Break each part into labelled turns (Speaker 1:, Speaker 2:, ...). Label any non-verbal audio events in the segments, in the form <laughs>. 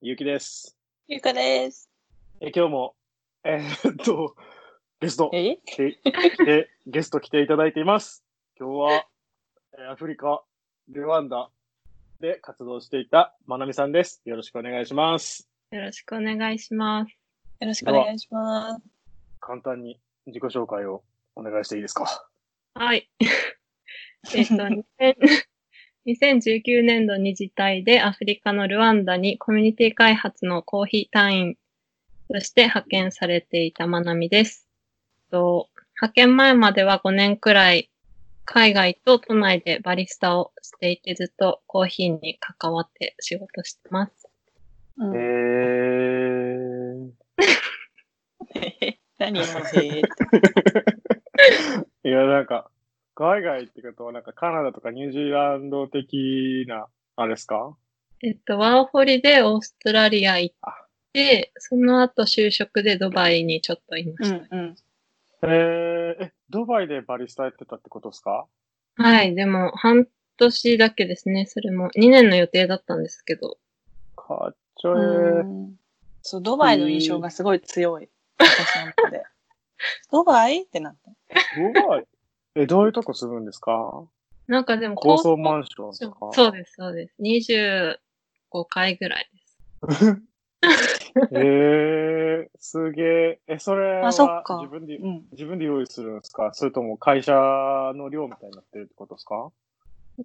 Speaker 1: ゆうきです。
Speaker 2: ゆうかです。
Speaker 1: え今日も、えーっと、ゲスト
Speaker 2: え
Speaker 1: 来て、来てゲスト来ていただいています。今日は、えーアフリカ、ルワンダで活動していたまなみさんです。よろしくお願いします。
Speaker 3: よろしくお願いします。
Speaker 2: よろしくお願いします。
Speaker 1: 簡単に自己紹介をお願いしていいですか。
Speaker 3: はい。えっと、2000 2019年度に自体でアフリカのルワンダにコミュニティ開発のコーヒー隊員として派遣されていたまなみです。と派遣前までは5年くらい海外と都内でバリスタをしていてずっとコーヒーに関わって仕事してます。
Speaker 2: うん
Speaker 1: えー、
Speaker 2: <laughs> 何をへーって
Speaker 1: いや、なんか、海外ってことは、なんかカナダとかニュージーランド的な、あれですか
Speaker 3: えっと、ワーホリでオーストラリア行って、その後就職でドバイにちょっといま
Speaker 2: う
Speaker 3: した。
Speaker 2: んうん。
Speaker 1: えー、え、ドバイでバリスタやってたってことですか
Speaker 3: はい、でも半年だけですね、それも。2年の予定だったんですけど。
Speaker 1: かっちょええ
Speaker 2: うんそう、ドバイの印象がすごい強い。私の中 <laughs> で。ドバイってなった。
Speaker 1: ドバイ <laughs> え、どういうとこ住むんですか
Speaker 3: なんかでも
Speaker 1: 高層マンションですか
Speaker 3: そうそうです、そうです。25回ぐらいです。
Speaker 1: ええすげえ。え、それは
Speaker 2: あそっか
Speaker 1: 自分で、
Speaker 2: うん。
Speaker 1: 自分で用意するんですかそれとも会社の寮みたいになってるってことですか
Speaker 3: こ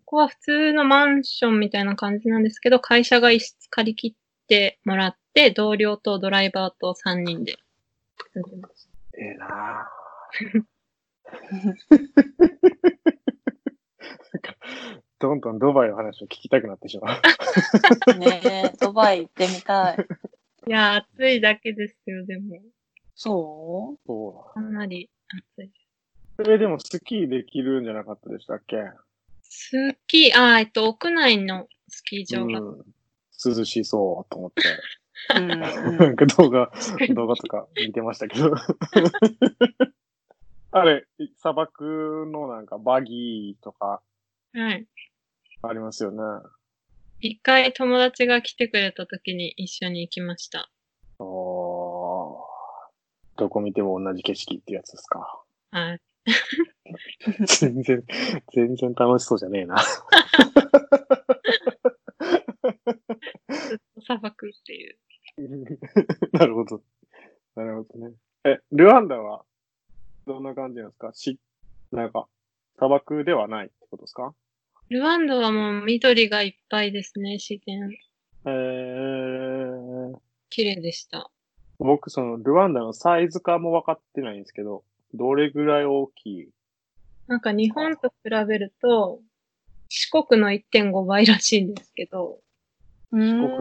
Speaker 3: こは普通のマンションみたいな感じなんですけど、会社が一室借り切ってもらって、同僚とドライバーと3人で住んでます。
Speaker 1: ええ <laughs> なぁ。どんどんドバイの話を聞きたくなってしまう。
Speaker 2: ねえ、ドバイ行ってみたい。
Speaker 3: いや、暑いだけですよ、でも。
Speaker 2: そ
Speaker 1: そ
Speaker 3: かなり暑い。
Speaker 1: うえ、でもスキーできるんじゃなかったでしたっけ
Speaker 3: スキー、あー、えっと、屋内のスキー場が。
Speaker 1: うん、涼しそうと思って。
Speaker 2: ううんう。
Speaker 1: なんんか動画、動画とか見てましたけど。 <laughs> あれ、砂漠のなんかバギーとか
Speaker 3: はい。
Speaker 1: ありますよね。
Speaker 3: 一回友達が来てくれた時に一緒に行きました。
Speaker 1: おーどこ見ても同じ景色ってやつですか。
Speaker 3: はい。
Speaker 1: 全然、全然楽しそうじゃねえな。
Speaker 3: 砂漠っていう。
Speaker 1: <laughs> なるほど。なるほどね。え、ルワンダはどんな感じなんですかし、なんか、砂漠ではないってことですか
Speaker 3: ルワンダはもう緑がいっぱいですね、自然。
Speaker 1: えー、
Speaker 3: 綺麗でした。
Speaker 1: 僕、その、ルワンダのサイズ感も分かってないんですけど、どれぐらい大きい
Speaker 3: なんか日本と比べると、四国の1.5倍らしいんですけど、
Speaker 1: <laughs>
Speaker 2: 四
Speaker 1: 国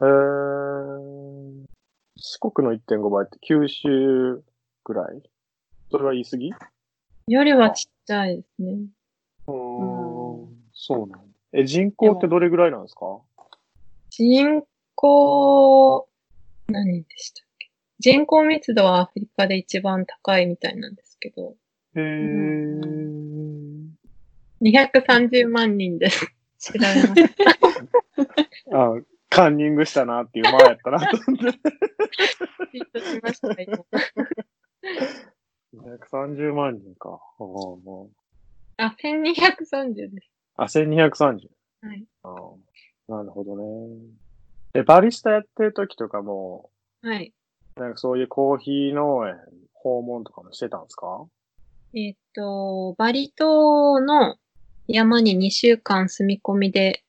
Speaker 1: えー、四国の1.5倍って九州ぐらいそれは言い過ぎう
Speaker 3: よりはちっちゃいですね。
Speaker 1: ー
Speaker 2: ん
Speaker 1: そうなんだえ、人口ってどれぐらいなんですか
Speaker 3: 人口、何でしたっけ人口密度はアフリカで一番高いみたいなんですけど、
Speaker 1: へ
Speaker 2: ん
Speaker 1: ー。
Speaker 3: 230万人です。調べました。
Speaker 1: あ、カンニングしたなっていう前やったなと思って。
Speaker 3: ツイートしました、今
Speaker 1: 230万人か。あー
Speaker 3: あ、1230です。
Speaker 1: あ、1230。
Speaker 3: はい。
Speaker 1: ああ、なるほどね。え、バリスタやってる時とかも、
Speaker 3: はい。
Speaker 1: なんかそういうコーヒー農園訪問とかもしてたんですか
Speaker 3: えっ、と、バリ島の山に2週間住み込みで、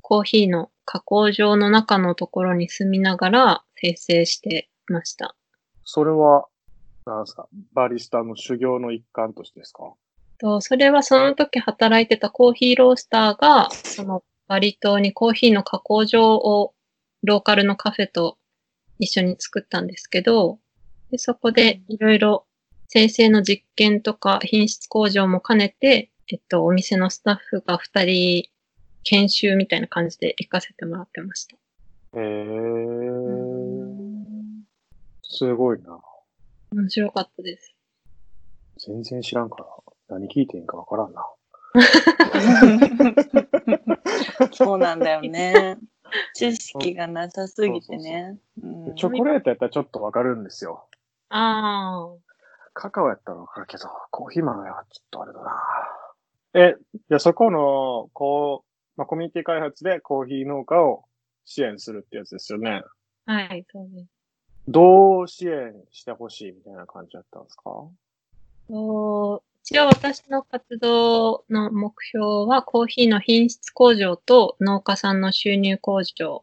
Speaker 3: コーヒーの加工場の中のところに住みながら生成してました。
Speaker 1: それは、なんですかバリスタの修行の一環としてですか
Speaker 3: と、それはその時働いてたコーヒーロースターが、そのバリ島にコーヒーの加工場をローカルのカフェと一緒に作ったんですけど、でそこでいろいろ生成の実験とか品質向上も兼ねて、えっと、お店のスタッフが2人研修みたいな感じで行かせてもらってました。
Speaker 1: へえ、すごいな。
Speaker 3: 面白かったです。
Speaker 1: 全然知らんから、何聞いていいんかわからんな。
Speaker 2: そうなんだよね。知識がなさすぎてね。うん
Speaker 1: チョコレートやったらちょっとわかるんですよ。
Speaker 3: ああ。
Speaker 1: カカオやったらわかるけど、コーヒー豆はちょっとあれだな。え、じゃあそこの、こう、まあ、コミュニティ開発でコーヒー農家を支援するってやつですよね。
Speaker 3: はい、そうです。
Speaker 1: どう支援してほしいみたいな感じだったんですか
Speaker 3: と一応私の活動の目標はコーヒーの品質向上と農家さんの収入向上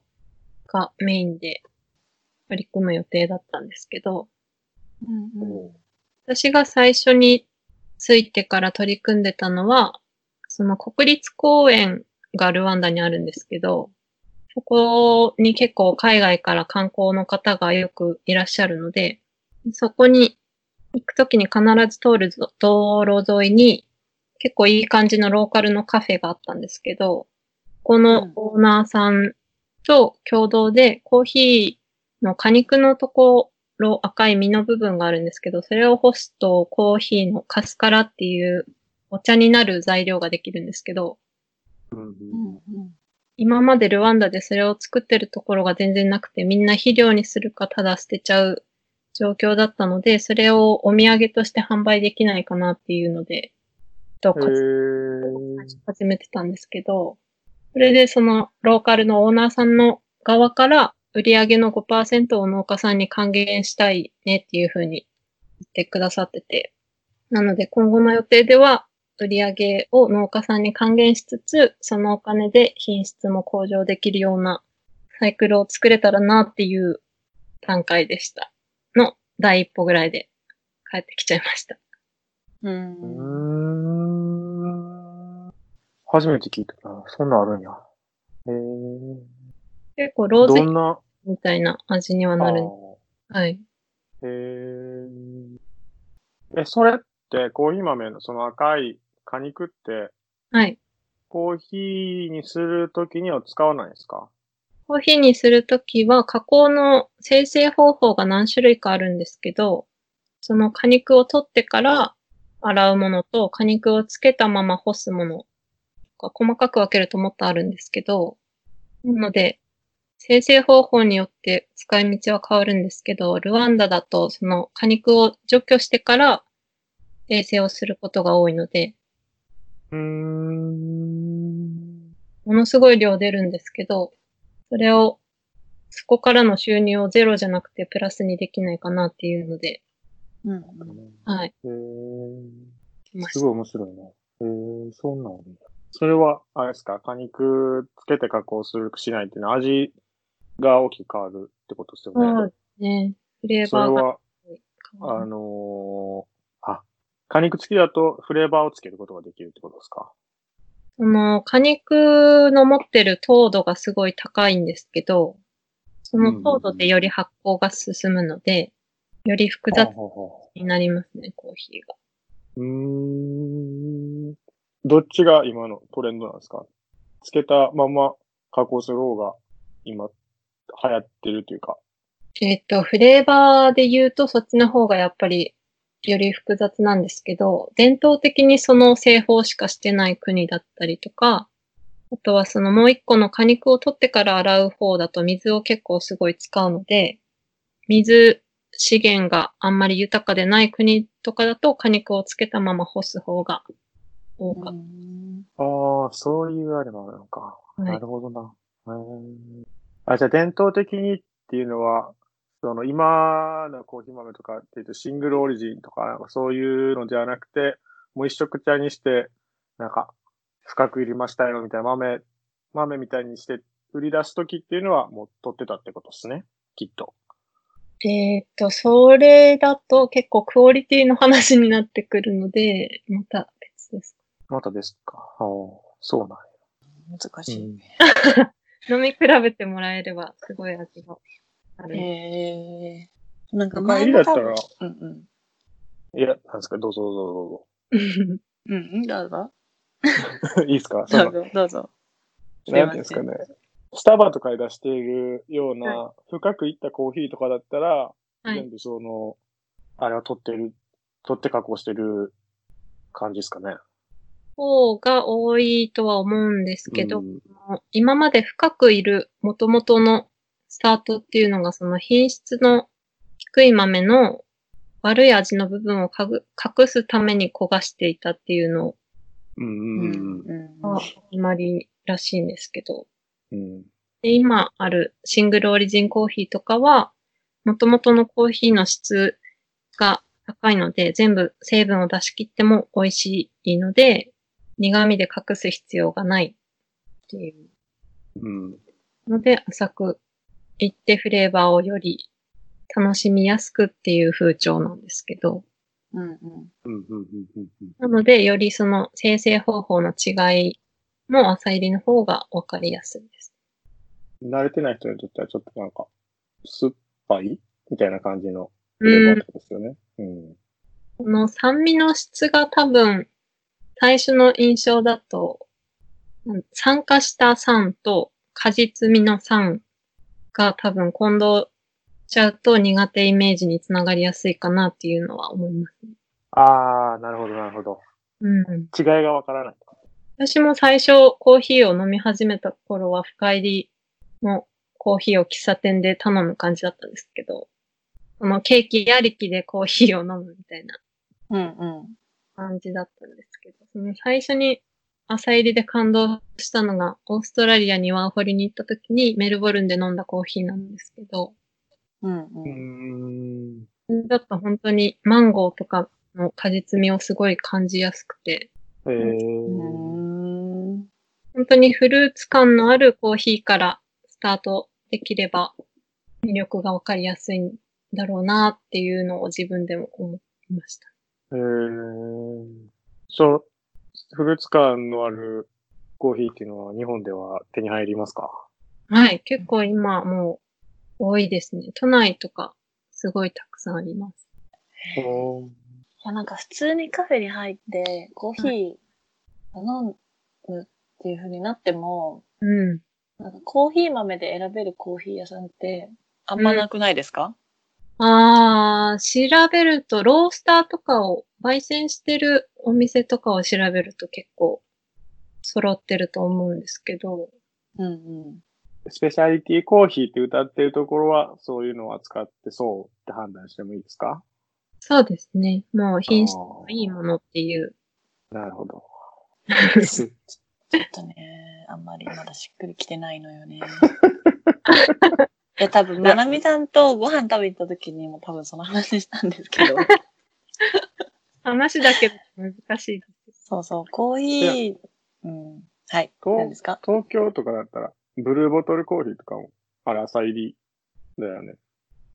Speaker 3: がメインで取り組む予定だったんですけど、
Speaker 2: うんうん
Speaker 1: おう
Speaker 3: 私が最初についてから取り組んでたのは、その国立公園がルワンダにあるんですけど、そこに結構海外から観光の方がよくいらっしゃるので、そこに行くときに必ず通るぞ道路沿いに結構いい感じのローカルのカフェがあったんですけど、このオーナーさんと共同でコーヒーの果肉のところ赤い実の部分があるんですけど、それを干すとコーヒーのカスカラっていうお茶になる材料ができるんですけど、
Speaker 1: うんうん
Speaker 2: うんうん
Speaker 3: 今までルワンダでそれを作ってるところが全然なくて、みんな肥料にするかただ捨てちゃう状況だったので、それをお土産として販売できないかなっていうので、と
Speaker 1: へー
Speaker 3: 始めてたんですけど、それでそのローカルのオーナーさんの側から売り上げの5%を農家さんに還元したいねっていうふうに言ってくださってて、なので今後の予定では売り上げを農家さんに還元しつつ、そのお金で品質も向上できるようなサイクルを作れたらなっていう段階でした。の第一歩ぐらいで帰ってきちゃいました。
Speaker 1: う
Speaker 2: う。
Speaker 1: んーん初めて聞いたな。そんなんあるんや。へー
Speaker 3: 結構ローゼ
Speaker 1: どんな、
Speaker 3: みたいな味には
Speaker 1: あ
Speaker 3: なるんで。
Speaker 1: ー
Speaker 3: はい。
Speaker 1: へーえ、それってコーヒー豆のその赤い果肉って、
Speaker 3: はい。
Speaker 1: コーヒーにするときには使わないんですか
Speaker 3: コーヒーにするときは加工の生成方法が何種類かあるんですけど、その果肉を取ってから洗うものと果肉をつけたまま干すものとか細かく分けるともっとあるんですけど、なので、生成方法によって使い道は変わるんですけど、ルワンダだとその果肉を除去してから衛生をすることが多いので、
Speaker 1: うーん。
Speaker 3: ものすごい量出るんですけど、それを、そこからの収入をゼロじゃなくてプラスにできないかなっていうので、
Speaker 2: うん
Speaker 3: はい、
Speaker 1: へー
Speaker 3: 来まし
Speaker 1: す
Speaker 3: た。
Speaker 1: ごい面白いね。へえ、そうなんだ。それは、あれですか、果肉つけて加工する、しないっていうのは味が大きく変わるってことですよ
Speaker 3: そう
Speaker 1: ね
Speaker 3: で。すね。フレー
Speaker 1: それ
Speaker 3: バーが
Speaker 1: は、
Speaker 3: 変わ
Speaker 1: あ
Speaker 3: る。
Speaker 1: のーあ、果肉付きだとフレーバーをつけることができるってことですか。
Speaker 3: その、果肉の持ってる糖度がすごい高いんですけど、その糖度でより発酵が進むので、より複雑
Speaker 1: ほうほうほ
Speaker 3: になりますね、コーヒーが。
Speaker 1: ううーん。どっちが今のトレンドなんですかつけたまま加工する方が今流行ってるというか。
Speaker 3: えっと、フレーバーで言うと、そっちの方がやっぱり、より複雑なんですけど、伝統的にその製法しかしてない国だったりとか、あとはそのもう一個の果肉を取ってから洗う方だと水を結構すごい使うので、水資源があんまり豊かでない国とかだと果肉をつけたまま干す方が多かっ
Speaker 2: うん
Speaker 1: ああ、そういうあれもあるのか。
Speaker 3: た。は
Speaker 1: ないるほどな。へーあ、じゃあ伝統的にっていうのは、その今のコーヒー豆とかっていうとシングルオリジンとか、なんかそういうのじゃなくて、もう一色茶にして、なんか深く入りましたよみたいな豆、豆みたいにして売り出すときっていうのはもう取ってたってことですね。きっと。
Speaker 3: えーっと、それだと結構クオリティの話になってくるので、また別です。
Speaker 1: またですか。ああ、そうなんや
Speaker 2: 難しい。
Speaker 3: 飲み比べてもらえれば、すごい味がある。
Speaker 2: へえ。なんか
Speaker 1: うん。前
Speaker 2: 前
Speaker 1: にだ
Speaker 2: も
Speaker 1: った
Speaker 2: 多
Speaker 1: ら
Speaker 2: 分、、うんうん。
Speaker 1: いや、なんですか、どうぞどうぞどうぞ。
Speaker 2: うん、どうぞ。
Speaker 1: <laughs> いいですかそ
Speaker 2: ど
Speaker 1: の
Speaker 2: うぞ、どうぞ。
Speaker 1: なんていうんですかね。スタバとかで出しているような、深くいったコーヒーとかだったら、
Speaker 3: <laughs> はい
Speaker 1: 全部その、あれは取ってる、取って加工してる感じですかね。
Speaker 3: 方が多いとは思うんですけど、
Speaker 1: うん
Speaker 3: その今まで深くいる元々のスタートっていうのがその品質の低い豆の悪い味の部分をかぐ隠すために焦がしていたっていうの
Speaker 1: うん
Speaker 2: う
Speaker 1: うん
Speaker 2: ん
Speaker 1: うん
Speaker 2: うん
Speaker 3: があまりらしいんですけど、
Speaker 1: うん。
Speaker 3: で今あるシングルオリジンコーヒーとかは、元々のコーヒーの質が高いので、全部成分を出し切っても美味しいので、苦味で隠す必要がないっていう
Speaker 1: うん。
Speaker 3: ので、浅くいってフレーバーをより楽しみやすくっていう風潮なんですけど、
Speaker 2: うんうん
Speaker 1: うん。うん。うん。
Speaker 3: なので、よりその生成方法の違いも朝入りの方がわかりやすいです。
Speaker 1: 慣れてない人にとってはちょっとなんか、酸っぱいみたいな感じの
Speaker 3: うん。
Speaker 1: ですよね。うん。
Speaker 3: この酸味の質が多分、最初の印象だと、うん酸化した酸と果実味の酸が多分混同しちゃうと苦手イメージにつながりやすいかなっていうのは思いますね。
Speaker 1: あー、なるほど、なるほど。
Speaker 3: うん。
Speaker 1: 違いがわからない。
Speaker 3: 私も最初コーヒーを飲み始めた頃は深入りのコーヒーを喫茶店で頼む感じだったんですけど、このケーキありきでコーヒーを飲むみたいな
Speaker 2: うんうん
Speaker 3: 感じだったんですけど、その最初に朝入りで感動したのが、オーストラリアにワーホリに行った時にメルボルンで飲んだコーヒーなんですけど、
Speaker 2: うん
Speaker 1: う
Speaker 2: うん
Speaker 1: ん。
Speaker 3: それだと本当にマンゴーとかの果実味をすごい感じやすくて、
Speaker 1: えー。
Speaker 2: うん
Speaker 3: 本当にフルーツ感のあるコーヒーからスタートできれば魅力がわかりやすいんだろうなっていうのを自分でも思いました。
Speaker 1: えー。そう、フルーツ感のあるコーヒーっていうのは日本では手に入りますか
Speaker 3: はい、結構今もう多いですね。都内とかすごいたくさんあります。
Speaker 1: おー
Speaker 2: いや、なんか普通にカフェに入って、コーヒー飲むっていう風になっても、
Speaker 3: うん。
Speaker 2: なんかコーヒー豆で選べるコーヒー屋さんって、あんまなくないですか、
Speaker 3: あー、調べると、ロースターとかを、焙煎してるお店とかを調べると結構揃ってると思うんですけど、
Speaker 2: うん、うん
Speaker 1: スペシャリティコーヒーって歌ってるところは、そういうのを扱ってそうって判断してもいいですか
Speaker 3: そうですね。もう品質
Speaker 1: あ
Speaker 3: の
Speaker 1: ー
Speaker 3: いいものっていう
Speaker 1: なるほど。
Speaker 2: ちょっとね、あんまりまだしっくりきてないのよ <laughs> ね。いや、多分、まなみさんとご飯食べに行った時にも多分その話したんですけ <laughs> ど、
Speaker 3: 話だけど難しいです。
Speaker 2: そうそう、コーヒー、うん、はい、
Speaker 1: と
Speaker 2: 何ですか
Speaker 1: 東京とかだったら、ブルーボトルコーヒーとかも、あれ、朝入りだよね。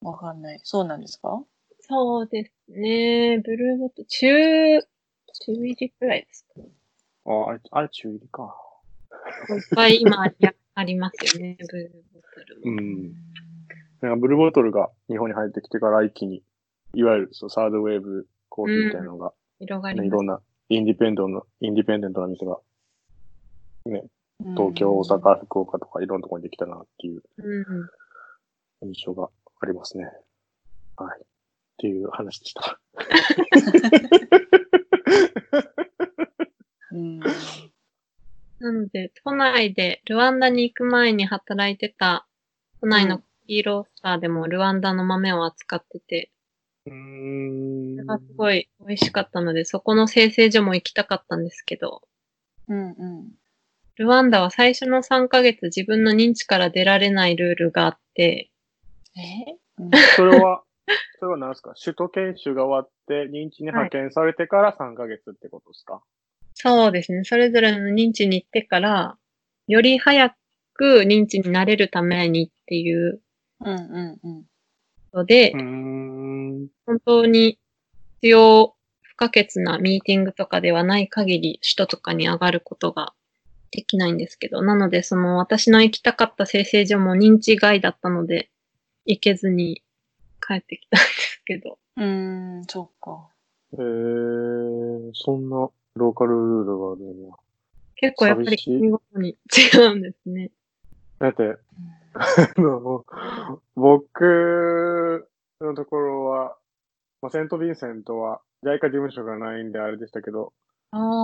Speaker 2: わかんない。そうなんですか
Speaker 3: そうですね。ブルーボトル、中、中入りくらいですかね。
Speaker 1: あ、あれ、あれ中入りか。
Speaker 3: いっぱい今ありありますよね、ブルーボトルも。
Speaker 1: ん。なんかブルーボトルが日本に入ってきてから一気に、いわゆるそうサードウェーブコーヒーみたいなのが、
Speaker 3: 広が
Speaker 1: ね
Speaker 3: ります
Speaker 1: いろんなインディペンドンの、インディペンデントな店が、
Speaker 2: うん
Speaker 1: 東京、大。阪、福岡とかいろんなところにできたなっていう
Speaker 3: うん。
Speaker 1: 印象がありますね。はい。っていう話でした。
Speaker 2: うん。
Speaker 3: なので、都内で、ルワンダに行く前に働いてた、都内のコーヒーロースターでもルワンダの豆を扱ってて、
Speaker 1: うーん
Speaker 3: それがすごい美味しかったので、そこの生成所も行きたかったんですけど、
Speaker 2: うんうん。
Speaker 3: ルワンダは最初の3ヶ月自分の認知から出られないルールがあって、
Speaker 2: えうん
Speaker 1: それは、それは何ですか首都研修が終わって、認知に派遣されてから3ヶ月ってことですか、
Speaker 3: そうですね。それぞれの認知に行ってから、より早く認知になれるためにっていう
Speaker 2: うんうんうん。
Speaker 3: ので、
Speaker 1: うーん。
Speaker 3: 本当に必要不可欠なミーティングとかではない限り、首都とかに上がることができないんですけど、なので、その私の行きたかった生成所も認知外だったので、行けずに帰ってきたんですけど。
Speaker 2: うーん、そうか。
Speaker 1: えー、そんなローカルルールがあるんや。
Speaker 3: 結構やっぱり
Speaker 1: 寂しい
Speaker 3: 国ごとに違うんですね。
Speaker 1: だって、あの、僕のところは、まあ、セント・ヴィンセントは、JICA 事務所がないんであれでしたけど、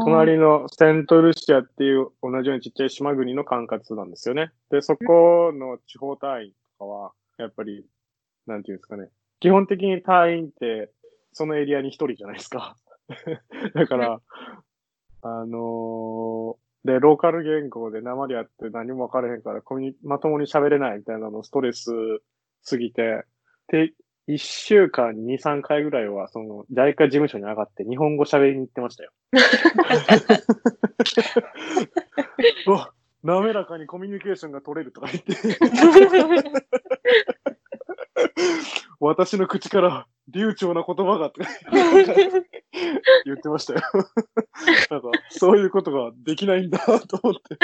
Speaker 1: 隣のセントルシアっていう同じようにちっちゃい島国の管轄なんですよね。で、そこの地方隊員とかは、やっぱり、なんていうんですかね。基本的に隊員って、そのエリアに一人じゃないですか。 <laughs> だから、あのーで、ローカル言語で鉛あって何も分からへんから、コミュニまともに喋れないみたいなのストレスすぎて、で、一週間2、3回ぐらいは、その、在家事務所に上がって日本語喋りに行ってましたよ。うわ、滑らかにコミュニケーションが取れるとか言って、
Speaker 3: <laughs>
Speaker 1: 私の口から流暢な言葉が
Speaker 3: <laughs>
Speaker 1: とか言ってましたよ。なんか、そういうことができないんだと思って、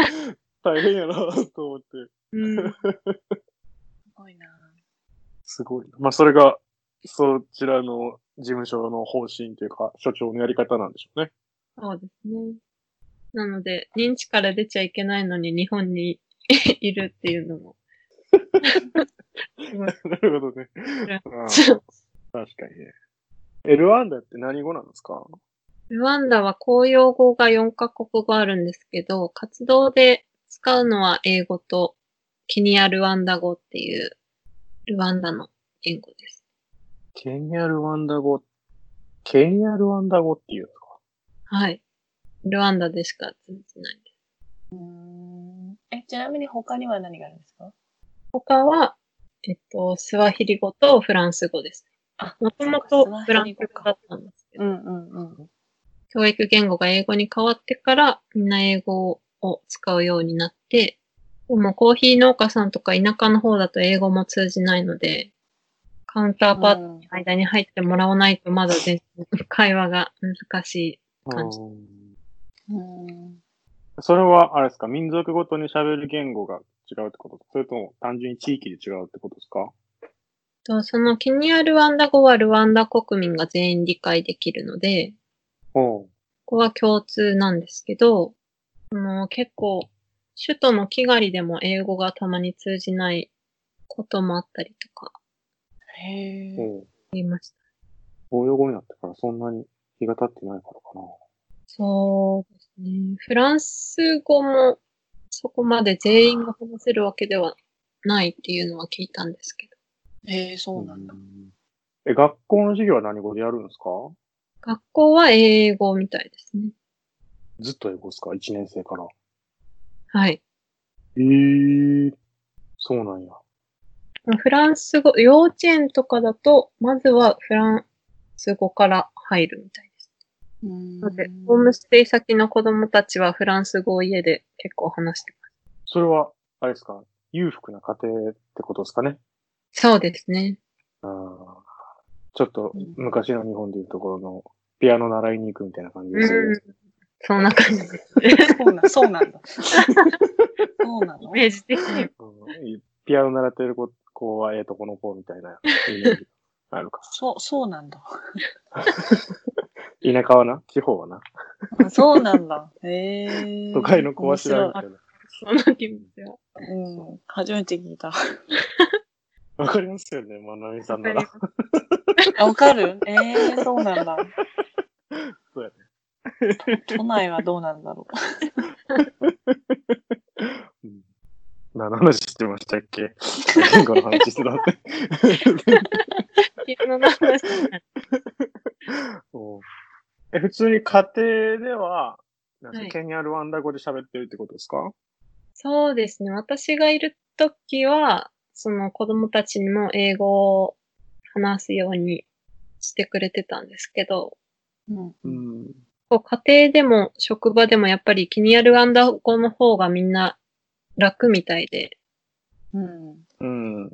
Speaker 1: 大変やなと思って、
Speaker 3: うん。
Speaker 2: すごいな。
Speaker 1: すごい。まあ、それが、そちらの事務所の方針というか、所長のやり方なんでしょうね。 <laughs>
Speaker 3: そうですね。なので、認知から出ちゃいけないのに日本にいるっていうのも。
Speaker 1: なるほどね。
Speaker 3: ん
Speaker 1: うん確かにね。え、ルワンダって何語なんですか
Speaker 3: ルワンダは公用語が4カ国語あるんですけど、活動で使うのは英語とケニア・ルワンダ語っていうルワンダの言語です。
Speaker 1: ケニア・ルワンダ語。ケニア・ルワンダ語っていうのか。
Speaker 3: はい。ルワンダでしか通じないです。
Speaker 2: うーんえ、ちなみに他には何があるんですか
Speaker 3: 他は、えっと、スワヒリ語とフランス語です。
Speaker 2: あ
Speaker 3: もともと
Speaker 2: スワヒ
Speaker 3: フラン
Speaker 2: リ
Speaker 3: ス
Speaker 2: 語
Speaker 3: 語
Speaker 2: か
Speaker 3: だったんですけど、
Speaker 2: んうんうん。
Speaker 3: 教育言語が英語に変わってから、みんな英語を使うようになって、でもコーヒー農家さんとか田舎の方だと英語も通じないので、カウンターパート
Speaker 2: うん
Speaker 3: の間に入ってもらわないとまだ全然会話が難しい。感じ
Speaker 2: うん
Speaker 1: それは、あれですか、民族ごとに喋る言語が違うってことそれとも単純に地域で違うってことですか
Speaker 3: とそのケニア・ルワンダ語はルワンダ国民が全員理解できるので、
Speaker 1: おう
Speaker 3: ここは共通なんですけど、あの結構、首都のキガリでも英語がたまに通じないこともあったりとか
Speaker 2: へえ。
Speaker 1: おう。
Speaker 3: ありました。
Speaker 1: 公用語になってからそんなに日が経ってないからかな。
Speaker 3: そうですね。フランス語もそこまで全員が話せるわけではないっていうのは聞いたんですけど。
Speaker 2: へえ、そうなんだ。
Speaker 1: え、学校の授業は何語でやるんですか
Speaker 3: 学校は英語みたいですね。
Speaker 1: ずっと英語ですか ?1 年生から。
Speaker 3: はい。
Speaker 1: えー、そうなんや。
Speaker 3: フランス語、幼稚園とかだと、まずはフランス語から入るみたいです。
Speaker 2: うん
Speaker 3: なので、ホームステイ先の子供たちはフランス語を家で結構話してま
Speaker 1: それは、あれですか裕福な家庭ってことですかね
Speaker 3: す。そうですね。
Speaker 1: あーちょっと昔の日本でいうところのピアノ習いに行くみたいな感じ
Speaker 3: う
Speaker 1: ですよね。
Speaker 3: ん。そんな <laughs> 感じです。
Speaker 2: そうなそうなんだ。そうな
Speaker 3: イ
Speaker 2: の
Speaker 3: メージ的に。
Speaker 1: うんピアノ習ってる子子はええとこの子みたいなイメージがあるか。
Speaker 2: そう、そうなんだ。
Speaker 1: 田舎はな地方はな
Speaker 2: あそうなんだ。へえ。
Speaker 1: 都会の子は知らんみ
Speaker 2: 面
Speaker 1: たいな。
Speaker 3: そんな気持ちは。
Speaker 2: 白いうん。初めて聞いた。
Speaker 1: わかりますよね、まなみさんな
Speaker 3: わ
Speaker 1: ら
Speaker 3: か。
Speaker 2: あ、わかるええそうなんだ。
Speaker 1: そうやね。
Speaker 2: 都内はどうなんだろう。
Speaker 1: うん何の話してましたっけ言語の話してたって。
Speaker 3: ピアノの話。
Speaker 1: そうえ普通に家庭では、なんか
Speaker 3: はい
Speaker 1: ケニアルワンダ語で喋ってるってことですか、
Speaker 3: そうですね。私がいるときは、その子供たちにも英語を話すようにしてくれてたんですけど、
Speaker 2: うん。
Speaker 1: うん。
Speaker 3: こう家庭でも職場でもやっぱり気になるアンダー語の方がみんな楽みたいで、
Speaker 2: うん。
Speaker 1: うん。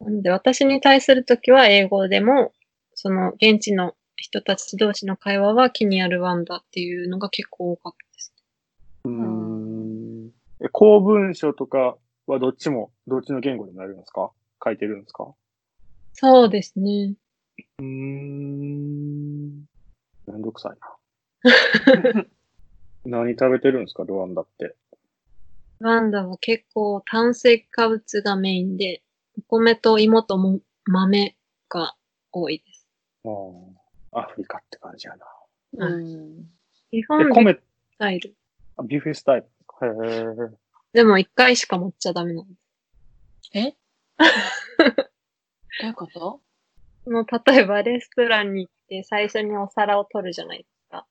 Speaker 3: なので私に対するときは英語でも、その現地の人たち同士の会話は気になるアンダーっていうのが結構多かったです。
Speaker 1: うー
Speaker 2: ん
Speaker 1: んえ公文書とかはどっちも、どっちの言語でもやるんですか書いてるんですか
Speaker 3: そうですね。
Speaker 1: うーん。めんどくさいな。何食べてるんですかルワンダって。
Speaker 3: ワンダは結構炭水化物がメインで、お米と芋とも豆が多いです。
Speaker 1: ああアフリカって感じやな。
Speaker 2: うん。
Speaker 3: 日
Speaker 1: え
Speaker 3: 本ビュッフェ
Speaker 1: 米、
Speaker 3: スタイル。
Speaker 1: あビュッフェスタイプ。へー
Speaker 3: でも一回しか持っちゃダメなの。
Speaker 2: えどういうこと
Speaker 3: もう例えばレストランに行って最初にお皿を取るじゃないですか。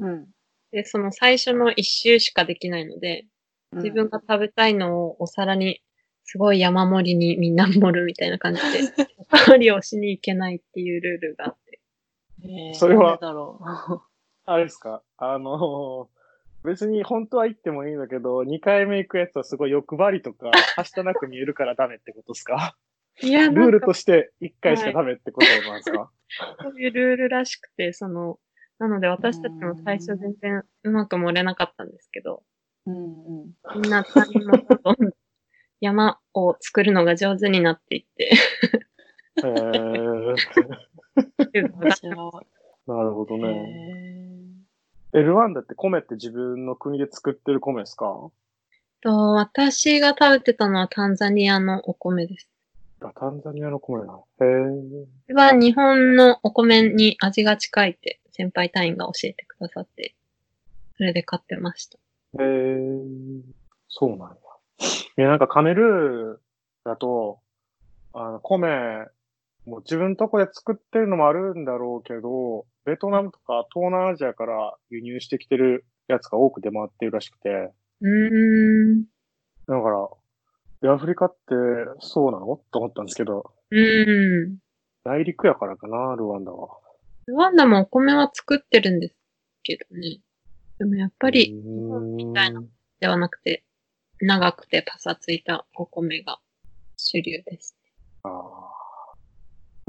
Speaker 2: うん。
Speaker 3: で、その最初の一周しかできないので、
Speaker 2: うん
Speaker 3: 自分が食べたいのをお皿に、すごい山盛りにみんな盛るみたいな感じで、 <laughs> おかわりをしに行けないっていうルールがあって。
Speaker 2: えー
Speaker 1: それは
Speaker 2: なんでだろ
Speaker 1: あれですかあのー別に本当は行ってもいいんだけど、2回目行くやつはすごい欲張りとか、はしたなく見えるからダメってことですか
Speaker 3: いや、
Speaker 1: ル
Speaker 3: な
Speaker 1: ー
Speaker 3: ん
Speaker 1: ル
Speaker 3: か
Speaker 1: として1回しかダメってことなんですか、
Speaker 3: そういうルールらしくて、その、なので私たちも最初全然うまく盛れなかったんですけど、
Speaker 2: う。う
Speaker 1: <laughs>
Speaker 2: んうん。
Speaker 3: みんな他人のどんどん <laughs> 山を作るのが上手になっていって、
Speaker 1: へー
Speaker 2: 面白
Speaker 1: なるほど
Speaker 2: い。
Speaker 1: ね。
Speaker 2: へー
Speaker 1: え、ルワンダって米って自分の国で作ってる米ですか
Speaker 3: と私が食べてたのはタンザニアのお米です。
Speaker 1: あ、タンザニアの米な。へえ。
Speaker 3: これは日本のお米に味が近いって先輩隊員が教えてくださって、それで買ってました。
Speaker 1: へえ、そうなんだ。いや、なんかカメルーだと、あの、米、もう自分とこで作ってるのもあるんだろうけど、ベトナムとか東南アジアから輸入してきてるやつが多く出回ってるらしくて、
Speaker 3: うーん。
Speaker 1: だから、えアフリカってそうなのと思ったんですけど、
Speaker 3: うーん。
Speaker 1: 内陸やからかな、ルワンダは。やっ
Speaker 3: ルワンダもお米は作ってるんですけどね。でもやっぱり、
Speaker 1: み
Speaker 3: たいな。ではなくて、長くてパサついたお米が主流です。
Speaker 1: あー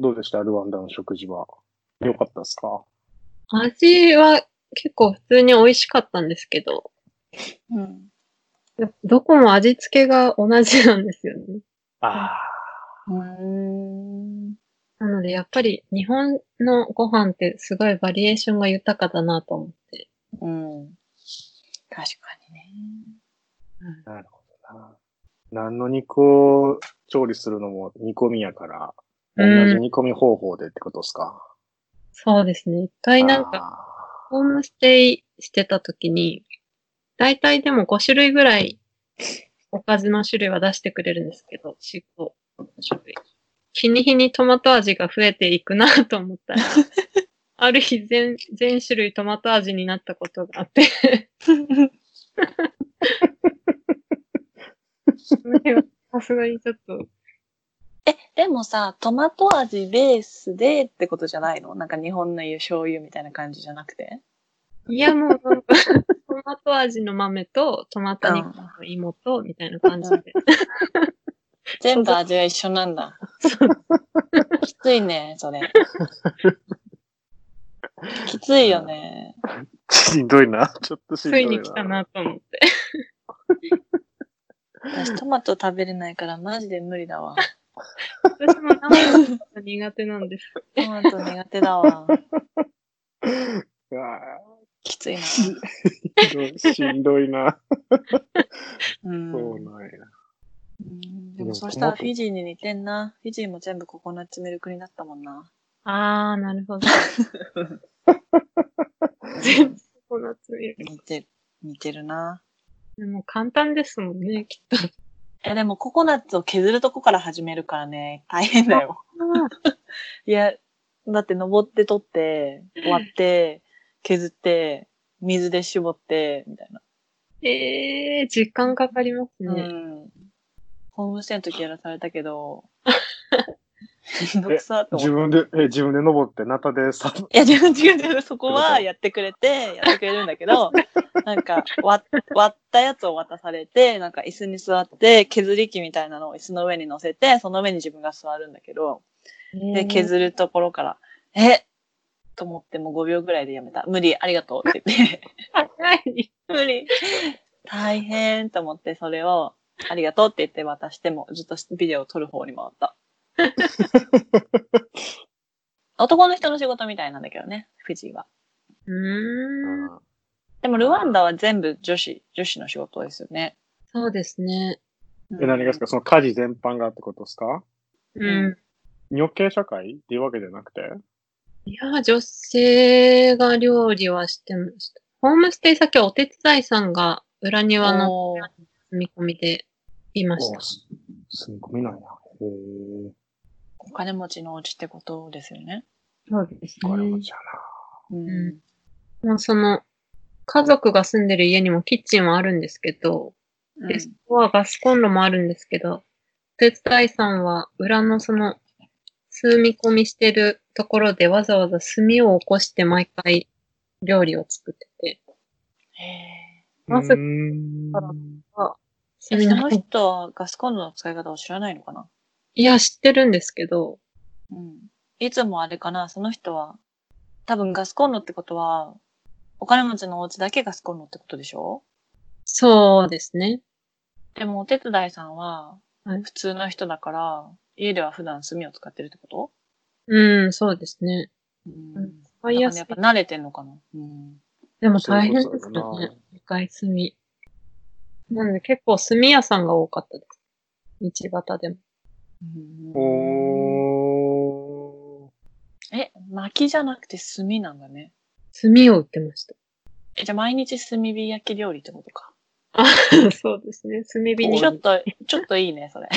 Speaker 1: どうでしたルワンダの食事は。良かったですか
Speaker 3: 味は結構普通に美味しかったんですけど、
Speaker 2: うん。
Speaker 3: どこも味付けが同じなんですよね。
Speaker 1: ああ。
Speaker 2: うーん。
Speaker 3: なので、やっぱり日本のご飯ってすごいバリエーションが豊かだなと思って。
Speaker 2: うん。確かにね。
Speaker 1: なるほどな。何の肉を調理するのも煮込みやから、同じ
Speaker 3: うん、
Speaker 1: 煮込み方法でってことですか。
Speaker 3: そうですね。一回なんか、
Speaker 1: あ
Speaker 3: ホームステイしてた時に、大体でも5種類ぐらいおかずの種類は出してくれるんですけど、4、5種類。日に日にトマト味が増えていくなと
Speaker 1: <laughs>
Speaker 3: 思ったら、ある日全全種類トマト味になったことがあって、その日はさすがにちょっと、
Speaker 2: え、でもさ、トマト味ベースでってことじゃないのなんか日本の言う醤油みたいな感じじゃなくて
Speaker 3: いやもう、トマト味の豆とトマト肉の芋と、みたいな感じで。
Speaker 2: 全部味は一緒なんだ。きついね、それ。きついよね。
Speaker 1: ーしんどいな。ちょっとしんど
Speaker 3: つ
Speaker 1: い
Speaker 3: い
Speaker 1: な。
Speaker 3: に来たなと思って。
Speaker 2: 私トマト食べれないからマジで無理だわ。
Speaker 3: 私も生が苦手なんです。
Speaker 2: トマト苦手だわ。
Speaker 1: うわ
Speaker 2: きつい <laughs> な。
Speaker 1: ーしんどいしんどい
Speaker 3: <laughs>
Speaker 1: な。
Speaker 2: うん。
Speaker 1: そうなんや。
Speaker 2: うんでもそうしたらフィジーに似てんな。フィジーも全部ココナッツミルクになったもんな。
Speaker 3: <laughs> あー、なるほど。全部ココナッツミルク
Speaker 2: 似てる、似てるな。
Speaker 3: でも簡単ですもんね、きっと。
Speaker 2: え、でもココナッツを削るとこから始めるからね、大変だよ。 <laughs> いや、だって登って取って、割って、削って、水で絞って、みたいな。
Speaker 3: えー、時間かかります
Speaker 2: う
Speaker 3: ね。
Speaker 2: ん。ホームステイの時やらされたけ <laughs> ど、めんどくさと
Speaker 1: 自
Speaker 2: 思って。
Speaker 1: 分で、え、自分で登って、ナタでさ、
Speaker 2: いや、違う違う違う、そこはやってくれて、やってくれるんだけ <laughs> ど、なんか割、割ったやつを渡されて、なんか椅子に座って、削り器みたいなのを椅子の上に乗せて、その上に自分が座るんだけど、で、削るところから、えと思ってもう5秒ぐらいでやめた。無理、ありがとうって言って。
Speaker 3: 早い。
Speaker 2: <laughs> 無理。大変と思って、それを、ありがとうって言って渡しても、ずっとビデオを撮る方に回 <laughs> った。男の人の仕事みたいなんだけどね、フィジーは。
Speaker 3: うーん。
Speaker 2: でも、ルワンダは全部女子、女子の仕事ですよね。
Speaker 3: そうですね。
Speaker 1: え、何がですかその家事全般がってことですか
Speaker 3: うん。
Speaker 1: 女系社会っていうわけじゃなくて
Speaker 3: いや、女性が料理はしてました。ホームステイ先はお手伝いさんが裏庭の
Speaker 2: おー
Speaker 3: 住み込みでいました。
Speaker 1: す住み込みなんや。へえ。
Speaker 2: お金持ちのお家ってことですよね。
Speaker 3: そうです
Speaker 1: これもじゃ
Speaker 2: うん
Speaker 3: うもうその、家族が住んでる家にもキッチンはあるんですけど、
Speaker 2: うん
Speaker 3: で、そこはガスコンロもあるんですけど、お手伝いさんは裏のその、住み込みしてるところでわざわざ炭を起こして毎回料理を作ってて、
Speaker 2: へ
Speaker 1: な。
Speaker 3: まず
Speaker 1: うーん
Speaker 2: ーえその人はガスコンロの使い方を知らないのかない
Speaker 3: や、知ってるんですけど、
Speaker 2: うん。いつもあれかな、その人は、多分ガスコンロってことは、お金持ちのお家だけガスコンロってことでしょ
Speaker 3: そうですね。
Speaker 2: でもお手伝いさんは、
Speaker 3: はい
Speaker 2: 普通の人だから、家では普段炭を使ってるってこと
Speaker 3: うん、そうですね。
Speaker 2: うん。だ
Speaker 3: う
Speaker 2: から
Speaker 3: ん使い
Speaker 2: や
Speaker 3: や
Speaker 2: っ
Speaker 3: すい
Speaker 2: ぱ。慣れてんのかなうん。
Speaker 3: でも
Speaker 1: そう
Speaker 3: 大
Speaker 1: い
Speaker 3: 変
Speaker 1: う
Speaker 3: で
Speaker 1: こと
Speaker 3: す
Speaker 1: だよ
Speaker 3: よ
Speaker 1: な
Speaker 3: ね。外炭。なんで結構炭屋さんが多かったです。道端でも。
Speaker 2: うん
Speaker 1: おー。
Speaker 2: え、薪じゃなくて炭なんだね。
Speaker 3: 炭を売ってました。
Speaker 2: え、じゃあ毎日炭火焼き料理ってことか。
Speaker 3: <laughs> そうですね。炭火
Speaker 1: お
Speaker 3: に
Speaker 2: ちょっと、ちょっといいね、それ。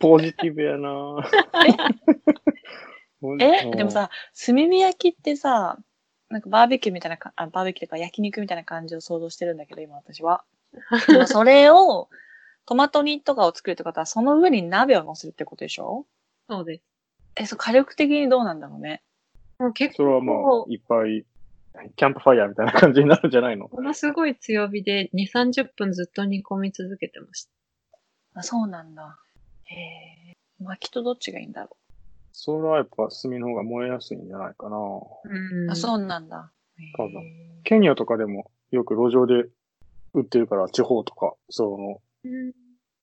Speaker 1: ポジティブや
Speaker 2: <laughs>
Speaker 1: な
Speaker 2: え、でも、さ、炭火焼きってさ、なんかバーベキューみたいなか、あバーベキューとか焼肉みたいな感じを想像してるんだけど、今私
Speaker 3: <laughs>
Speaker 2: は。でもそれを、トマト煮とかを作るってことは、その上に鍋を乗せるってことでしょ
Speaker 3: そうです。
Speaker 2: え、そう、火力的にどうなんだろうね。
Speaker 3: もう結
Speaker 1: それはまあ
Speaker 3: 構、、
Speaker 1: いっぱい、キャンプファイヤーみたいな感じになるんじゃないの
Speaker 3: ものすごい強火で2、30分ずっと煮込み続けてました。
Speaker 2: あ、そうなんだ。へえ。薪とどっちがいいんだろ
Speaker 1: それはやっぱ炭の方が燃えやすいんじゃないかな
Speaker 3: う
Speaker 2: う。
Speaker 3: ん。
Speaker 2: あ、
Speaker 3: う。
Speaker 2: そうなんだ。へえ
Speaker 1: 多分ケニアとかでもよく路上で売ってるから、地方とか、その、
Speaker 3: うん、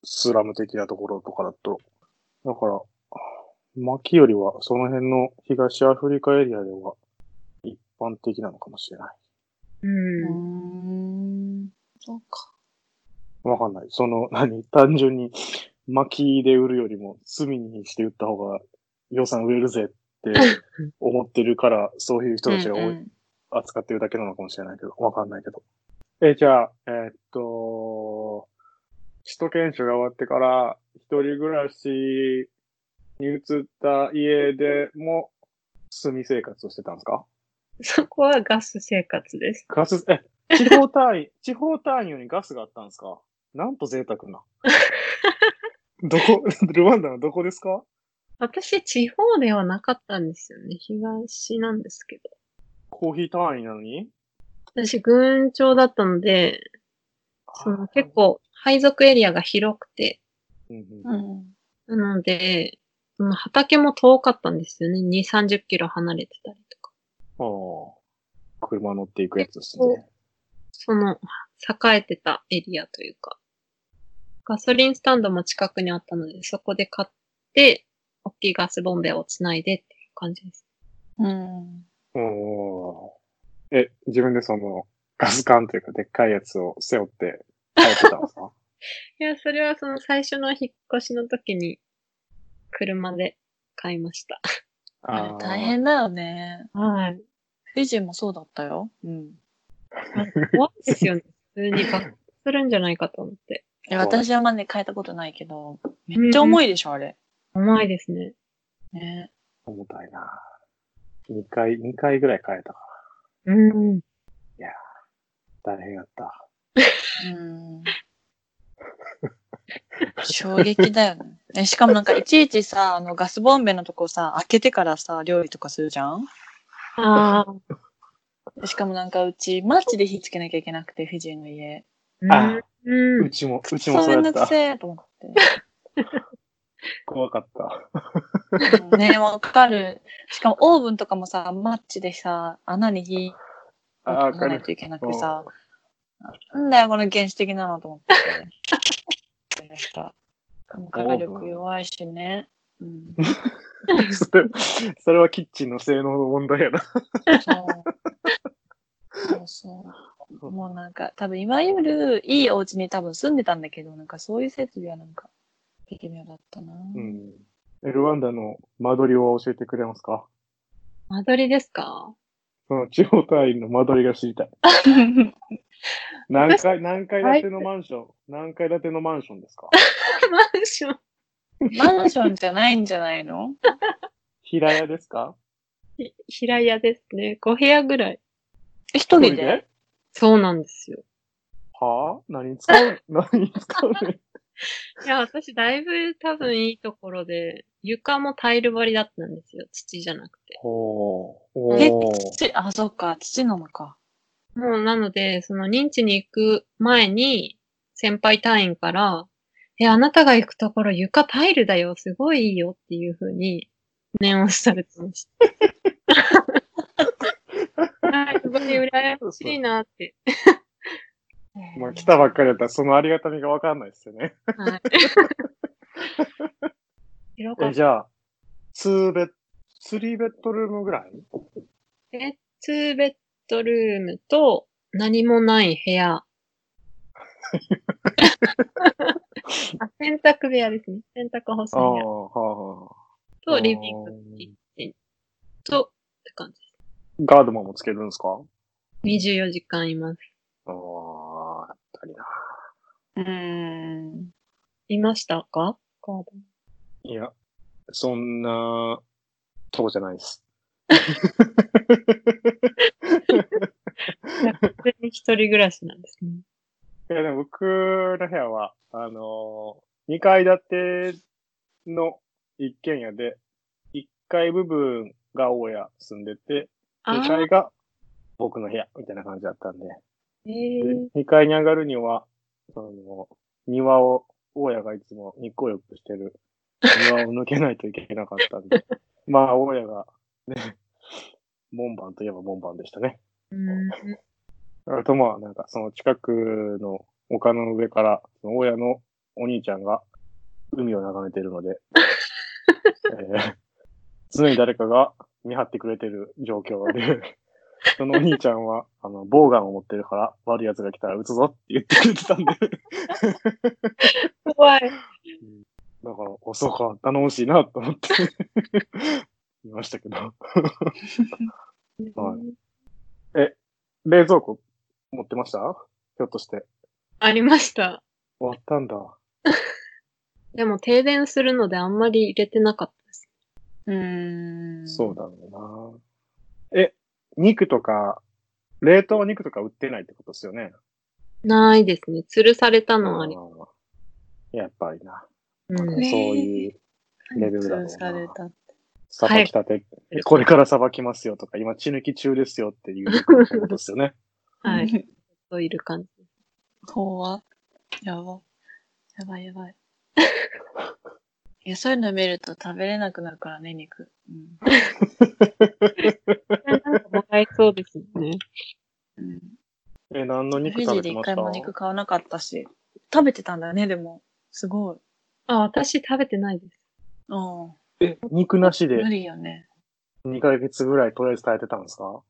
Speaker 1: スラム的なところとかだと。だから、薪よりはその辺の東アフリカエリアでは一般的なのかもしれない。
Speaker 2: う
Speaker 3: うん。
Speaker 2: ーん。そうか。
Speaker 1: わかんない。その、 <laughs> 何単純に薪で売るよりも炭にして売った方が予算売れるぜって
Speaker 2: <laughs>
Speaker 1: 思ってるから、そういう人たちが多い
Speaker 2: うんうん
Speaker 1: 扱ってるだけなのかもしれないけど、わかんないけど。え、じゃあ、えーっと、首都研修が終わってから、一人暮らしに移った家でも、住み生活をしてたんですか
Speaker 3: そこはガス生活です。
Speaker 1: ガス、え、地方単位、 <laughs> 地方単位よりガスがあったんですかなんと贅沢
Speaker 2: <laughs>
Speaker 1: な。どこ、ルワンダのどこですか
Speaker 3: 私、地方ではなかったんですよね。東なんですけど。
Speaker 1: コーヒー単位なのに
Speaker 3: 私、群青だったので、その結。構、配属エリアが広くて、
Speaker 1: うんう
Speaker 2: うんん。
Speaker 3: なので、その畑も遠かったんですよね。2、30キロ離れてたりとか。
Speaker 1: ああ車乗っていくやつですね。
Speaker 3: その、栄えてたエリアというか。ガソリンスタンドも近くにあったので、そこで買って、大きいガスボンベをつないでっていう感じです。
Speaker 2: うん。
Speaker 1: おーえ、自分でその、ガス缶というか、でっかいやつを背負って帰ってたんですか
Speaker 3: いや、それはその最初の引っ越しの時に、車で買いました。
Speaker 2: <laughs> あれ
Speaker 1: ー
Speaker 2: 大。変だよね。
Speaker 3: はい。
Speaker 2: フィジーもそうだったよ。うん。
Speaker 3: 怖いですよね。普通に爆発するんじゃないかと思って。
Speaker 1: そ
Speaker 2: え
Speaker 1: う
Speaker 2: 私はまだね、変えたことないけど、めっちゃ重いでしょ、あれ。
Speaker 3: 重いですね。
Speaker 2: ね。
Speaker 1: 重たいな。2回、二回ぐらい帰ったか
Speaker 3: うん。
Speaker 1: ら。大変やった。 <laughs>
Speaker 2: うん。衝撃だよね。え、しかもなんかいちいちさ、あのガスボンベのとこさ、開けてからさ、料理とかするじゃん
Speaker 3: ああ。
Speaker 2: でしかもなんかうち、マッチで火つけなきゃいけなくて、フィジーの家。
Speaker 1: あ
Speaker 3: うん。う。
Speaker 1: うんちも、うち
Speaker 2: そ
Speaker 1: も
Speaker 2: う
Speaker 1: そ
Speaker 2: めん
Speaker 1: うや
Speaker 2: ど
Speaker 1: っ
Speaker 2: く
Speaker 1: た。
Speaker 2: せえと思って。
Speaker 1: 怖かった。
Speaker 2: うんね、わかる。しかもオーブンとかもさ、マッチでさ、穴に火
Speaker 1: あ
Speaker 2: を
Speaker 1: あ、帰
Speaker 2: 通さない
Speaker 1: る。
Speaker 2: といけなくてさ、なんだよ、この原始的なのと思って。でした。火力弱いしね。うん。
Speaker 1: <laughs>
Speaker 2: <laughs>
Speaker 1: それ、それはキッチンの性能の問題やな。
Speaker 2: そう。そうそう。もうなんか、多分いわゆるいいお家に多分住んでたんだけど、なんかそういう設備はなんか、微妙だったな。
Speaker 1: うん。エルワンダの間取りを教えてくれますか
Speaker 3: 間取りですか
Speaker 1: その地方隊員の間取りが知りたい。何階、何階建てのマンション、何階建てのマンションですか
Speaker 3: <laughs> マンション。
Speaker 2: マンションじゃないんじゃないの
Speaker 1: 平屋ですか
Speaker 3: ひ平屋ですね。5部屋ぐらい。
Speaker 2: 一人
Speaker 1: 一人
Speaker 2: で
Speaker 3: そうなんですよ。
Speaker 1: はあ何に使
Speaker 2: <laughs>
Speaker 1: う何に使うね
Speaker 3: いや、私だいぶ多分いいところで、床もタイル張りだったんですよ。土じゃなくて。
Speaker 1: ほう。
Speaker 2: え
Speaker 1: おー、
Speaker 2: 土、あ、そっか、土なのか。
Speaker 3: もうなので、その認知に行く前に、先輩隊員から、え、あなたが行くところ床タイルだよ。すごいいいよっていう風に、念をされてました。はい、すごい羨ましいなって。
Speaker 1: まあ、来たばっかりだったら、そのありがたみがわかんないですよね。
Speaker 3: はい。広か
Speaker 1: え、
Speaker 3: っ
Speaker 1: じゃあ、2ベッ、3ベッドルームぐらい
Speaker 3: た。え、2ベッドルームと何もない部屋。あ洗濯部屋ですね。洗濯干す
Speaker 1: ああ、
Speaker 3: 部屋
Speaker 1: はあ。
Speaker 3: とリビングと、って感じ。
Speaker 1: ガードマンもつけるんですか
Speaker 3: 24時間います。
Speaker 1: ああ、やっぱりな。
Speaker 2: うーん。
Speaker 3: いましたかガード
Speaker 1: いや、そんな、とこじゃない <laughs> です。
Speaker 3: 普通に一人暮らしなんですね。
Speaker 1: いや、でも僕の部屋は、あのー、2階建ての一軒家で、1階部分が大家住んでて、2
Speaker 3: あ
Speaker 1: 階が僕の部屋みたいな感じだったんで、
Speaker 3: え
Speaker 1: で
Speaker 3: ー、
Speaker 1: 2階に上がるには、その、庭を、大家がいつも日光浴してる庭を抜けないといけなかったんで、まあ、大家が、ね、門番といえば門番でしたね。
Speaker 3: うん。
Speaker 1: あとまあ、なんかその近くの丘の上から、その親のお兄ちゃんが海を眺めているので、えー常に誰かが見張ってくれてる状況で、そのお兄ちゃんは、あの、ボウガンを持ってるから、悪い奴が来たら撃つぞって言ってくれてたんで、だから、
Speaker 3: 怖い。
Speaker 1: お、そうか、頼もしいなと思って、いましたけど。はい冷蔵庫持ってましたひょっとして。
Speaker 3: ありました。
Speaker 1: 終わったんだ。
Speaker 3: でも停電するのであんまり入れてなかったです。
Speaker 2: うーん。
Speaker 1: そうだろうな。え、肉とか、冷凍肉とか売ってないってことですよね。
Speaker 3: ないですね。吊るされたのはあり。
Speaker 1: ーやっぱりな。
Speaker 3: うん
Speaker 2: ね
Speaker 1: そういう、レベルだろうな
Speaker 2: 通された。
Speaker 1: さばきたて、えこれからさばきますよとか、今血抜き中ですよっていうことですよね。 <laughs>
Speaker 3: はい。ずっ。といる感じ。
Speaker 2: 怖やば。やばいやばい。 <laughs> いや、そういうの見ると食べれなくなるからね、肉。うん
Speaker 3: なんかもらえそうですよね。
Speaker 2: うん。
Speaker 1: え、何の肉
Speaker 2: フ
Speaker 1: 食べ
Speaker 2: ジで
Speaker 1: て
Speaker 2: 一
Speaker 1: ました
Speaker 2: 回も肉買わなかったし。食べてたんだよね、でも。すごい。
Speaker 3: あ、私食べてないです。
Speaker 2: うん。
Speaker 1: え、肉なし
Speaker 2: 無
Speaker 1: で
Speaker 2: 理よね。
Speaker 1: 2ヶ月ぐらいとりあえず耐えてたんですか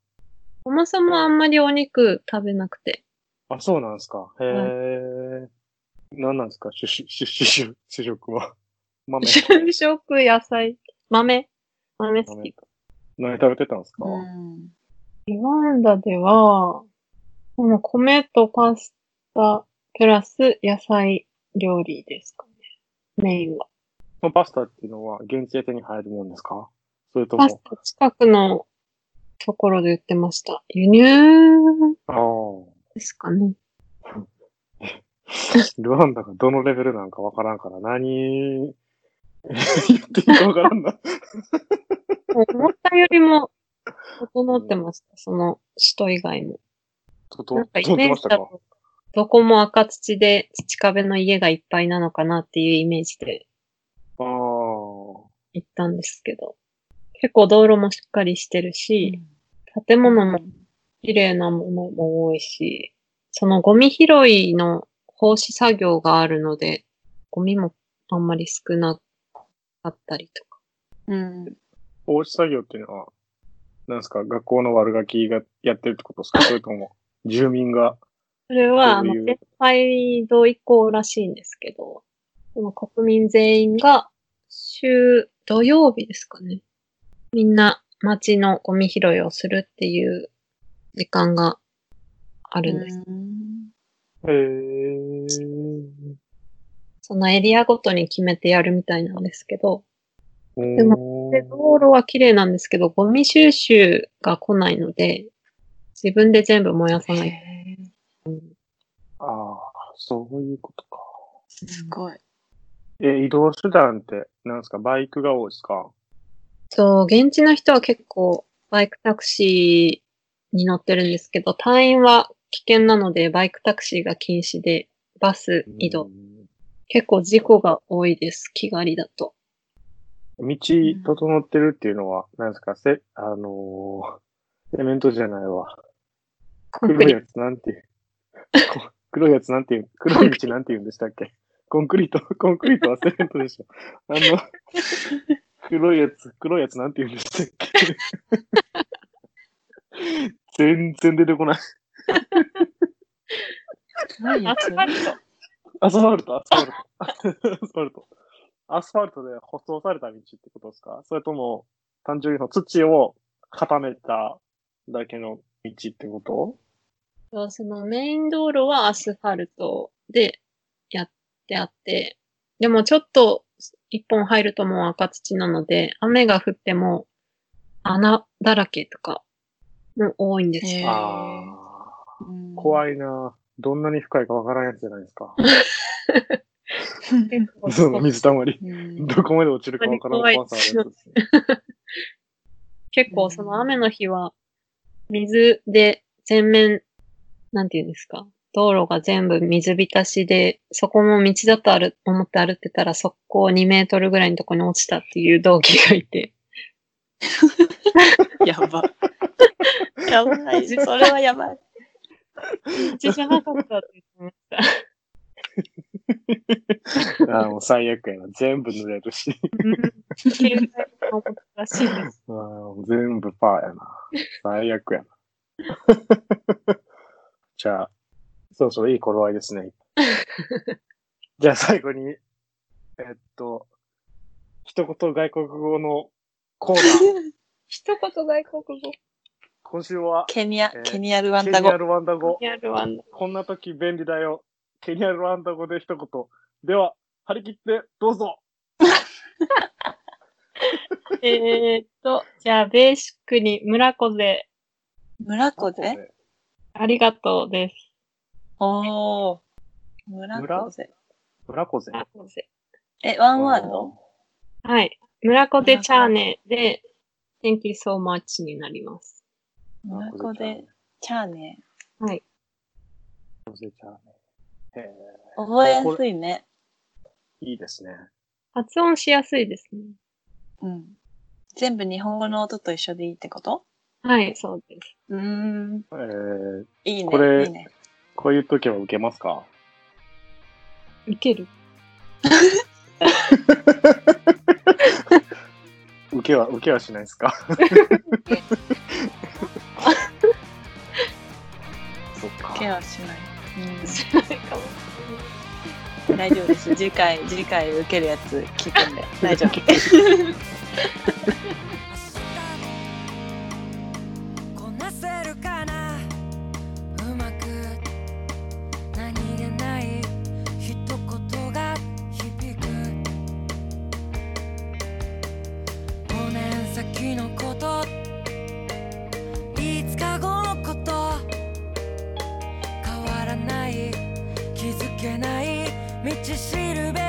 Speaker 3: そもそもあんまりお肉食べなくて。
Speaker 1: あ、そうなんですか。へえ。
Speaker 3: は
Speaker 1: 何なんですか主主主主主主食
Speaker 2: <laughs>
Speaker 1: は。豆。
Speaker 3: 昼食、野菜、豆。豆好き。
Speaker 1: 何食べてたんですか、
Speaker 2: うん。
Speaker 3: リワンダでは、もう米とパスタ、プラス野菜料理ですかね。メインは。
Speaker 1: そのパスタっていうのは現地で手に入るもんですかそれと
Speaker 3: パス
Speaker 1: も、
Speaker 3: タ近くのところで売ってました。輸入
Speaker 1: ああ、
Speaker 3: ですかね。
Speaker 1: ルワンダがどのレベルなんかわからんから、何言っていいかわからん
Speaker 3: <laughs>
Speaker 1: な。
Speaker 3: もう思ったよりも整ってました。その首都以外も。
Speaker 1: と、と、
Speaker 3: な
Speaker 1: 通
Speaker 3: んか
Speaker 1: っ
Speaker 3: イ
Speaker 1: て
Speaker 3: メー
Speaker 1: ま
Speaker 3: ジ
Speaker 1: した
Speaker 3: だ
Speaker 1: か
Speaker 3: と、どこも赤土で土壁の家がいっぱいなのかなっていうイメージで
Speaker 1: ああ、
Speaker 3: 行ったんですけど。結構道路もしっかりしてるし、建物も綺麗なものも多いし、そのゴミ拾いの奉仕作業があるので、ゴミもあんまり少なかったりとか。
Speaker 2: うん。
Speaker 1: 放置作業っていうのは、なんですか学校の悪ガキがやってるってことです
Speaker 3: <laughs>
Speaker 1: かそれとも、住民が、
Speaker 3: それは、あ
Speaker 1: ど
Speaker 3: の
Speaker 1: ういう、
Speaker 3: 先輩同意校らしいんですけど、その国民全員が、週、土曜日ですかね。みんな町のゴミ拾いをするっていう時間があるんです。
Speaker 2: うん
Speaker 1: へー。
Speaker 3: そのエリアごとに決めてやるみたいなんですけど、
Speaker 1: で
Speaker 3: で道路は綺麗なんですけど、ゴミ収集が来ないので、自分で全部燃やさない。
Speaker 2: へー
Speaker 1: ああ、そういうことか。
Speaker 2: すごい。
Speaker 1: え、移動手段って、なんですかバイクが多いですか
Speaker 3: そう、現地の人は結構バイクタクシーに乗ってるんですけど、隊員は危険なのでバイクタクシーが禁止で、バス移動。。結構事故が多いです、気狩りだと。
Speaker 1: 道整ってるっていうのは、なんですかせ、あのー、セメントじゃないわ。
Speaker 3: コン
Speaker 1: 黒
Speaker 3: ク
Speaker 1: い
Speaker 3: リ
Speaker 1: やつなん <laughs> て言う。こ黒いやつなんて言う。黒い道なんて言うんでしたっけコンクリート、コンクリートはセメントで <laughs> しょ。あの、黒いやつ、黒いやつなんて言うんでしたっけ <laughs> 全然出てこない。
Speaker 2: 何や
Speaker 3: ア
Speaker 2: つ
Speaker 3: スファルト。
Speaker 1: アスファルト、アスファルト。アスファルト。 <laughs> アスファルトで舗装された道ってことですかそれとも、単純にその土を固めただけの道ってこと
Speaker 3: そうそのメイン道路はアスファルトでやってあって、でもちょっと一本入るともう赤土なので、雨が降っても穴だらけとかも多いんです
Speaker 2: へ
Speaker 3: よ。
Speaker 2: えー
Speaker 1: ああ。怖いなどんなに深いかわからんやつじゃないです
Speaker 2: <laughs>
Speaker 1: か。
Speaker 2: い。
Speaker 1: その水たまり。
Speaker 2: うん
Speaker 1: どこまで落ちるかわからん怖さあるやつですね。
Speaker 3: 結構その雨の日は水で全面、なんていうんですか、道路が全部水浸しで、そこも道だとある、思って歩ってたら速攻2メートルぐらいのとこに落ちたっていう同期がいて、
Speaker 2: や
Speaker 1: <laughs>
Speaker 2: ば。やばい。それはや <laughs> ばい。
Speaker 3: 道じゃなかったって言ってました。
Speaker 1: ああ、もう最悪やな。全部濡れるし。
Speaker 3: <laughs> 携帯が思ったらしいです。
Speaker 1: ああもう全部パーやな。最悪やな。 <laughs> じゃあ、そろそろいい頃合いです
Speaker 2: <laughs>
Speaker 1: ね。じゃあ最後に、えっと、一言外国語のコーナー。
Speaker 2: <laughs>
Speaker 3: 一言外国語。
Speaker 1: 今週は、
Speaker 2: ケニア
Speaker 1: え、ー
Speaker 2: ケニアルワ
Speaker 1: ケ
Speaker 2: ン
Speaker 1: ニ
Speaker 2: ダ
Speaker 1: ア
Speaker 2: 語。
Speaker 1: ルワンダ語。
Speaker 3: やるわんだ。
Speaker 1: こんな時便利だよ。ケニアルワンダ語で一言。では、張り切ってどうぞ
Speaker 3: えーっと、じゃあ、ベーシックに村子で
Speaker 2: 村子で
Speaker 3: ありがとうです。
Speaker 2: おー。村子で。
Speaker 1: 村子ぜ。
Speaker 3: 村子で
Speaker 2: え、ワンワード
Speaker 3: はい。村子でチャーネで、Thank you so much になります。
Speaker 2: 村子で。チャーネ。
Speaker 3: はい。
Speaker 1: 村子でちゃんね。へ
Speaker 2: 覚えやすいね。
Speaker 1: え、いいですね。
Speaker 3: 発音しやすいですね。
Speaker 2: うん。全部日本語の音と一緒でいいってこと
Speaker 3: はい、そうです。
Speaker 2: うーん。
Speaker 1: えー、
Speaker 2: いい
Speaker 1: これ
Speaker 2: ね。いいね。
Speaker 1: こういう時は受けますか
Speaker 3: いけ <laughs> る
Speaker 1: 受けは、受けはしないですか <laughs> そっか。
Speaker 2: ケアしない。うん。大丈夫です。次回、次回受けるやつ聞くん <laughs> で。大丈夫。
Speaker 4: 「こなせるかなうまく」「何気ない一言が響く」「5年先のこと」「5日後のこと」「変わらない気づけない道しるべ」